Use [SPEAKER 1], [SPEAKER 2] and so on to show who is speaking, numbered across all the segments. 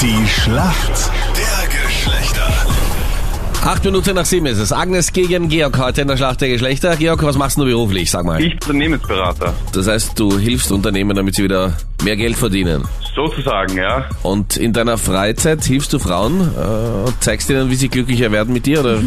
[SPEAKER 1] Die Schlacht der Geschlechter.
[SPEAKER 2] Acht Minuten nach sieben ist es. Agnes gegen Georg heute in der Schlacht der Geschlechter. Georg, was machst du beruflich? Sag mal.
[SPEAKER 3] Ich bin Unternehmensberater.
[SPEAKER 2] Das heißt, du hilfst Unternehmen, damit sie wieder mehr Geld verdienen.
[SPEAKER 3] Sozusagen, ja.
[SPEAKER 2] Und in deiner Freizeit hilfst du Frauen äh, und zeigst ihnen, wie sie glücklicher werden mit dir? Oder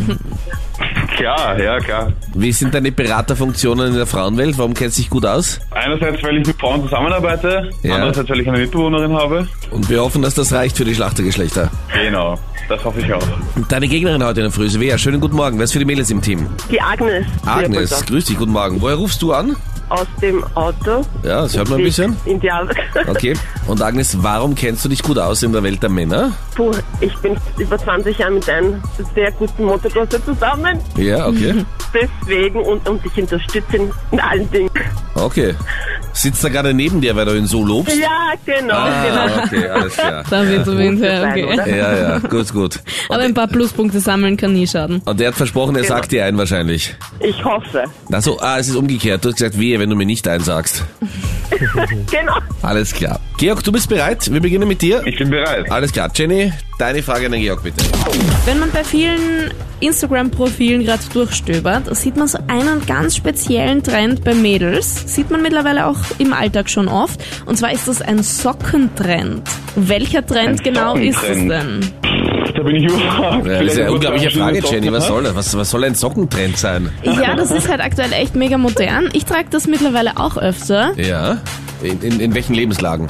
[SPEAKER 3] Klar, ja, klar.
[SPEAKER 2] wie sind deine Beraterfunktionen in der Frauenwelt? Warum kennst du dich gut aus?
[SPEAKER 3] Einerseits, weil ich mit Frauen zusammenarbeite,
[SPEAKER 2] Ja.
[SPEAKER 3] andererseits, weil ich eine Mitbewohnerin habe.
[SPEAKER 2] Und wir hoffen, dass das reicht für die Schlacht der Geschlechter.
[SPEAKER 3] Genau, das hoffe ich auch.
[SPEAKER 2] Und Deine Gegnerin heute in der Früh, Svea, schönen guten Morgen. Wer ist für die Mädels im Team?
[SPEAKER 4] Die Agnes.
[SPEAKER 2] Agnes, grüß dich, guten Morgen. Woher rufst du an?
[SPEAKER 4] Aus dem Auto.
[SPEAKER 2] Ja, das hört man ein bisschen.
[SPEAKER 4] In die Arbeit.
[SPEAKER 2] Okay. Und Agnes, warum kennst du dich gut aus in der Welt der Männer?
[SPEAKER 4] Puh, ich bin über 20 Jahre mit einem sehr guten Motocrosser zusammen.
[SPEAKER 2] Ja, okay.
[SPEAKER 4] Deswegen und, und ich unterstütze ihn in allen Dingen.
[SPEAKER 2] Okay. Sitzt er gerade neben dir, weil du ihn so lobst?
[SPEAKER 4] Ja, genau. genau.
[SPEAKER 2] Ah, okay, alles klar.
[SPEAKER 5] Da wird zumindest, ja,
[SPEAKER 4] sein,
[SPEAKER 5] okay.
[SPEAKER 4] oder?
[SPEAKER 2] Ja, ja, gut, gut.
[SPEAKER 5] Aber ein paar Pluspunkte sammeln kann nie schaden.
[SPEAKER 2] Und der hat versprochen, er
[SPEAKER 5] Genau.
[SPEAKER 2] sagt dir ein wahrscheinlich.
[SPEAKER 4] Ich hoffe.
[SPEAKER 2] Also, ah, es ist umgekehrt. Du hast gesagt, wehe, wenn du mir nicht einsagst.
[SPEAKER 4] Genau.
[SPEAKER 2] Alles klar. Georg, du bist bereit? Wir beginnen mit dir.
[SPEAKER 3] Ich bin bereit.
[SPEAKER 2] Alles klar. Jenny, deine Frage an den Georg, bitte.
[SPEAKER 5] Wenn man bei vielen Instagram-Profilen gerade durchstöbert, sieht man so einen ganz speziellen Trend bei Mädels. Sieht man mittlerweile auch im Alltag schon oft. Und zwar ist das ein Sockentrend. Welcher Trend
[SPEAKER 3] Ein
[SPEAKER 5] genau ist es
[SPEAKER 3] Sockentrend.
[SPEAKER 5] denn?
[SPEAKER 3] Da bin ich überfragt.
[SPEAKER 2] Ja, das ist
[SPEAKER 3] Vielleicht
[SPEAKER 2] ja eine
[SPEAKER 3] kurz
[SPEAKER 2] unglaubliche Frage,
[SPEAKER 3] abschließend
[SPEAKER 2] Jenny. Was
[SPEAKER 3] noch-
[SPEAKER 2] soll das? Was, was soll ein Sockentrend sein?
[SPEAKER 5] Ja, das ist halt aktuell echt mega modern. Ich trage das mittlerweile auch öfter.
[SPEAKER 2] Ja. In, in, in welchen Lebenslagen?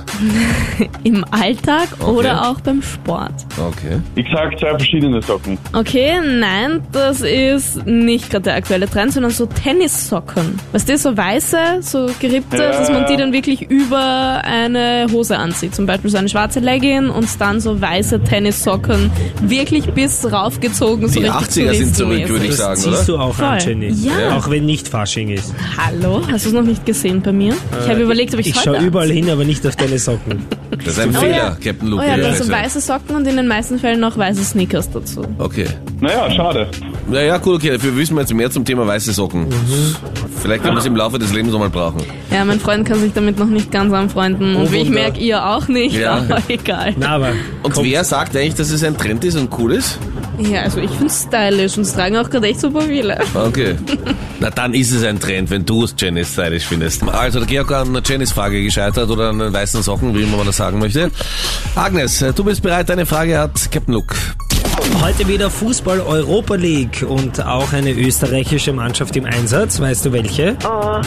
[SPEAKER 5] Im Alltag
[SPEAKER 2] Okay.
[SPEAKER 5] oder auch beim Sport.
[SPEAKER 2] Okay.
[SPEAKER 3] Ich sag zwei verschiedene Socken.
[SPEAKER 5] Okay, nein, das ist nicht gerade der aktuelle Trend, sondern so Tennissocken. Weißt du, so weiße, so gerippte,
[SPEAKER 3] Ja.
[SPEAKER 5] dass man die dann wirklich über eine Hose anzieht. Zum Beispiel so eine schwarze Legging und dann so weiße Tennissocken. Wirklich bis raufgezogen, so
[SPEAKER 2] Die
[SPEAKER 5] richtig
[SPEAKER 2] 80er sind zurück,
[SPEAKER 5] touristenmäßig.
[SPEAKER 2] würde ich sagen,
[SPEAKER 6] Siehst
[SPEAKER 2] oder?
[SPEAKER 6] du auch an,
[SPEAKER 5] Voll.
[SPEAKER 6] Jenny.
[SPEAKER 5] Ja.
[SPEAKER 6] Auch wenn nicht Fasching ist.
[SPEAKER 5] Hallo, hast du es noch nicht gesehen bei mir? ich
[SPEAKER 2] Äh,
[SPEAKER 5] habe überlegt, ob ich
[SPEAKER 6] Ich
[SPEAKER 5] es
[SPEAKER 6] schaue
[SPEAKER 5] heute
[SPEAKER 6] überall hin, aber nicht auf deine Socken.
[SPEAKER 2] Das ist ein Fehler, Captain
[SPEAKER 5] Oh
[SPEAKER 2] Luke. also.
[SPEAKER 5] ja, das sind weiße Socken und in den meisten Fällen noch weiße Sneakers dazu.
[SPEAKER 2] Okay.
[SPEAKER 3] Naja, schade.
[SPEAKER 2] Naja, cool, okay, dafür wissen wir jetzt mehr zum Thema weiße Socken. Vielleicht werden wir es im Laufe des Lebens nochmal brauchen.
[SPEAKER 5] Ja, mein Freund kann sich damit noch nicht ganz anfreunden. Und
[SPEAKER 6] Oh,
[SPEAKER 5] wie ich
[SPEAKER 6] Wunder.
[SPEAKER 5] merke, ihr auch nicht,
[SPEAKER 2] Ja.
[SPEAKER 5] aber egal.
[SPEAKER 6] Na, aber
[SPEAKER 2] Und wer sagt eigentlich, dass es ein Trend ist und cool ist?
[SPEAKER 5] Ja, also ich find's stylisch und es tragen auch gerade echt super viele.
[SPEAKER 2] Okay. Na dann ist es ein Trend, wenn du es Janice stylisch findest. Also der Georg an der Janice Frage gescheitert oder an den weißen Socken, wie immer man das sagen möchte. Agnes, du bist bereit, deine Frage hat Captain Luke.
[SPEAKER 6] heute wieder Fußball Europa League und auch eine österreichische Mannschaft im Einsatz. Weißt du welche?
[SPEAKER 4] Oh,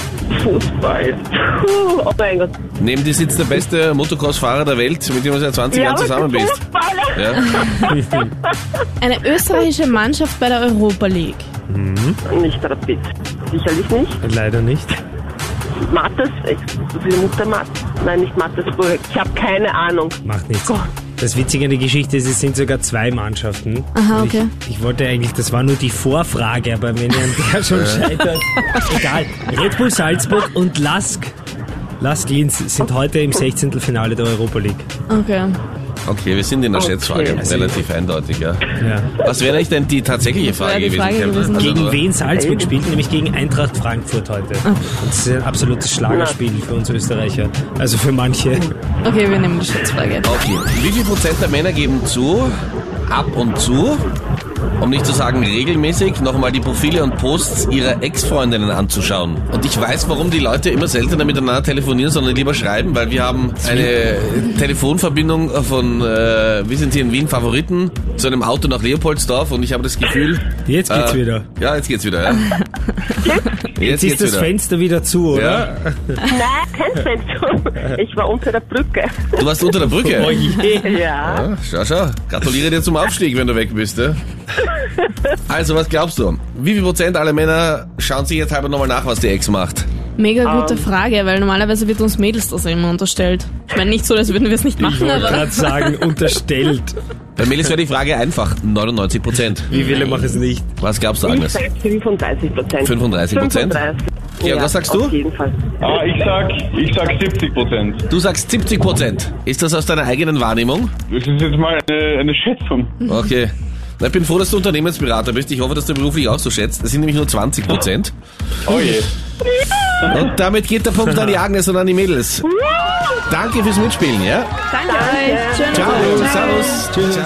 [SPEAKER 4] Fußball. Puh, oh mein Gott.
[SPEAKER 2] Neben dir sitzt der beste Motocross-Fahrer der Welt, mit dem du seit 20 Jahren
[SPEAKER 4] aber
[SPEAKER 2] zusammen
[SPEAKER 4] die
[SPEAKER 2] bist.
[SPEAKER 4] Fußballer.
[SPEAKER 2] Ja?
[SPEAKER 5] Eine österreichische Mannschaft bei der Europa League.
[SPEAKER 4] Nicht Rapid. Sicherlich nicht.
[SPEAKER 6] Leider nicht.
[SPEAKER 4] Mattes. Ich, die Mutter Mattes. Nein, nicht Mattes. Ich habe keine Ahnung.
[SPEAKER 6] Macht nichts.
[SPEAKER 4] Gott.
[SPEAKER 6] Das Witzige an der Geschichte ist, es sind sogar zwei Mannschaften.
[SPEAKER 5] Aha,
[SPEAKER 6] Und
[SPEAKER 5] okay.
[SPEAKER 6] Ich, ich wollte eigentlich, das war nur die Vorfrage, aber wenn ihr an der schon scheitert, egal. Red Bull Salzburg und Lask. Lask Linz sind heute im 16. Finale der Europa League.
[SPEAKER 5] Okay.
[SPEAKER 2] Okay, wir sind in der Schätzfrage. Relativ eindeutig, ja.
[SPEAKER 6] Ja.
[SPEAKER 2] Was wäre eigentlich denn die tatsächliche
[SPEAKER 5] wäre
[SPEAKER 2] Frage
[SPEAKER 5] die
[SPEAKER 2] gewesen,
[SPEAKER 5] Frage gewesen.
[SPEAKER 2] Also, Ah.
[SPEAKER 6] Gegen wen Salzburg spielt, nämlich gegen Eintracht Frankfurt heute. Und das ist ein absolutes Schlagerspiel für uns Österreicher. Also für
[SPEAKER 2] Hm.
[SPEAKER 6] manche.
[SPEAKER 5] Okay, wir nehmen die Schätzfrage.
[SPEAKER 2] Okay. Wie viel Prozent der Männer geben zu, ab und zu, um nicht zu sagen regelmäßig, nochmal die Profile und Posts ihrer Ex-Freundinnen anzuschauen? Und ich weiß, warum die Leute immer seltener miteinander telefonieren, sondern lieber schreiben, weil wir haben eine Telefonverbindung von, äh, wir sind hier in Wien Favoriten, zu einem Auto nach Leopoldsdorf und ich habe das Gefühl...
[SPEAKER 6] Jetzt geht's
[SPEAKER 2] äh,
[SPEAKER 6] wieder.
[SPEAKER 2] Ja, jetzt geht's wieder, ja.
[SPEAKER 6] Jetzt ist das Fenster wieder zu, oder?
[SPEAKER 2] Ja.
[SPEAKER 4] Nein, ich war unter der Brücke.
[SPEAKER 2] Du warst unter der Brücke.
[SPEAKER 6] Oh je.
[SPEAKER 4] Ja.
[SPEAKER 2] Ja, schau, schau. Gratuliere dir zum Aufstieg, wenn du weg bist. Ja? Also, was glaubst du? Wie viel Prozent aller Männer schauen sich jetzt halber nochmal nach, was die Ex macht?
[SPEAKER 5] Mega gute Frage, weil normalerweise wird uns Mädels das immer unterstellt. Ich meine, nicht so, als würden wir es nicht
[SPEAKER 6] Ich
[SPEAKER 5] machen,
[SPEAKER 6] wollte
[SPEAKER 5] aber
[SPEAKER 6] gerade sagen, unterstellt.
[SPEAKER 2] Bei Melis wäre die Frage einfach. 99 Prozent.
[SPEAKER 6] Wie viele machen es nicht?
[SPEAKER 2] Was glaubst du,
[SPEAKER 4] Ich
[SPEAKER 2] Agnes?
[SPEAKER 4] sag 35 Prozent.
[SPEAKER 2] 35 Prozent? Georg, was sagst du?
[SPEAKER 4] Auf jeden Fall.
[SPEAKER 3] Ah, ich sag, ich sag 70 Prozent.
[SPEAKER 2] Du sagst 70 Prozent. Ist das aus deiner eigenen Wahrnehmung?
[SPEAKER 3] Das ist jetzt mal eine, eine Schätzung.
[SPEAKER 2] Okay. Na, Ich bin froh, dass du Unternehmensberater bist. Ich hoffe, dass du beruflich auch so schätzt. Das sind nämlich nur 20 Prozent.
[SPEAKER 3] Oh je.
[SPEAKER 2] Und damit geht der Punkt an die Agnes und an die Mädels. Danke fürs Mitspielen, ja?
[SPEAKER 5] danke euch. Schönen
[SPEAKER 2] Ciao,
[SPEAKER 5] Tag.
[SPEAKER 2] servus. Tschüss. Tschüss.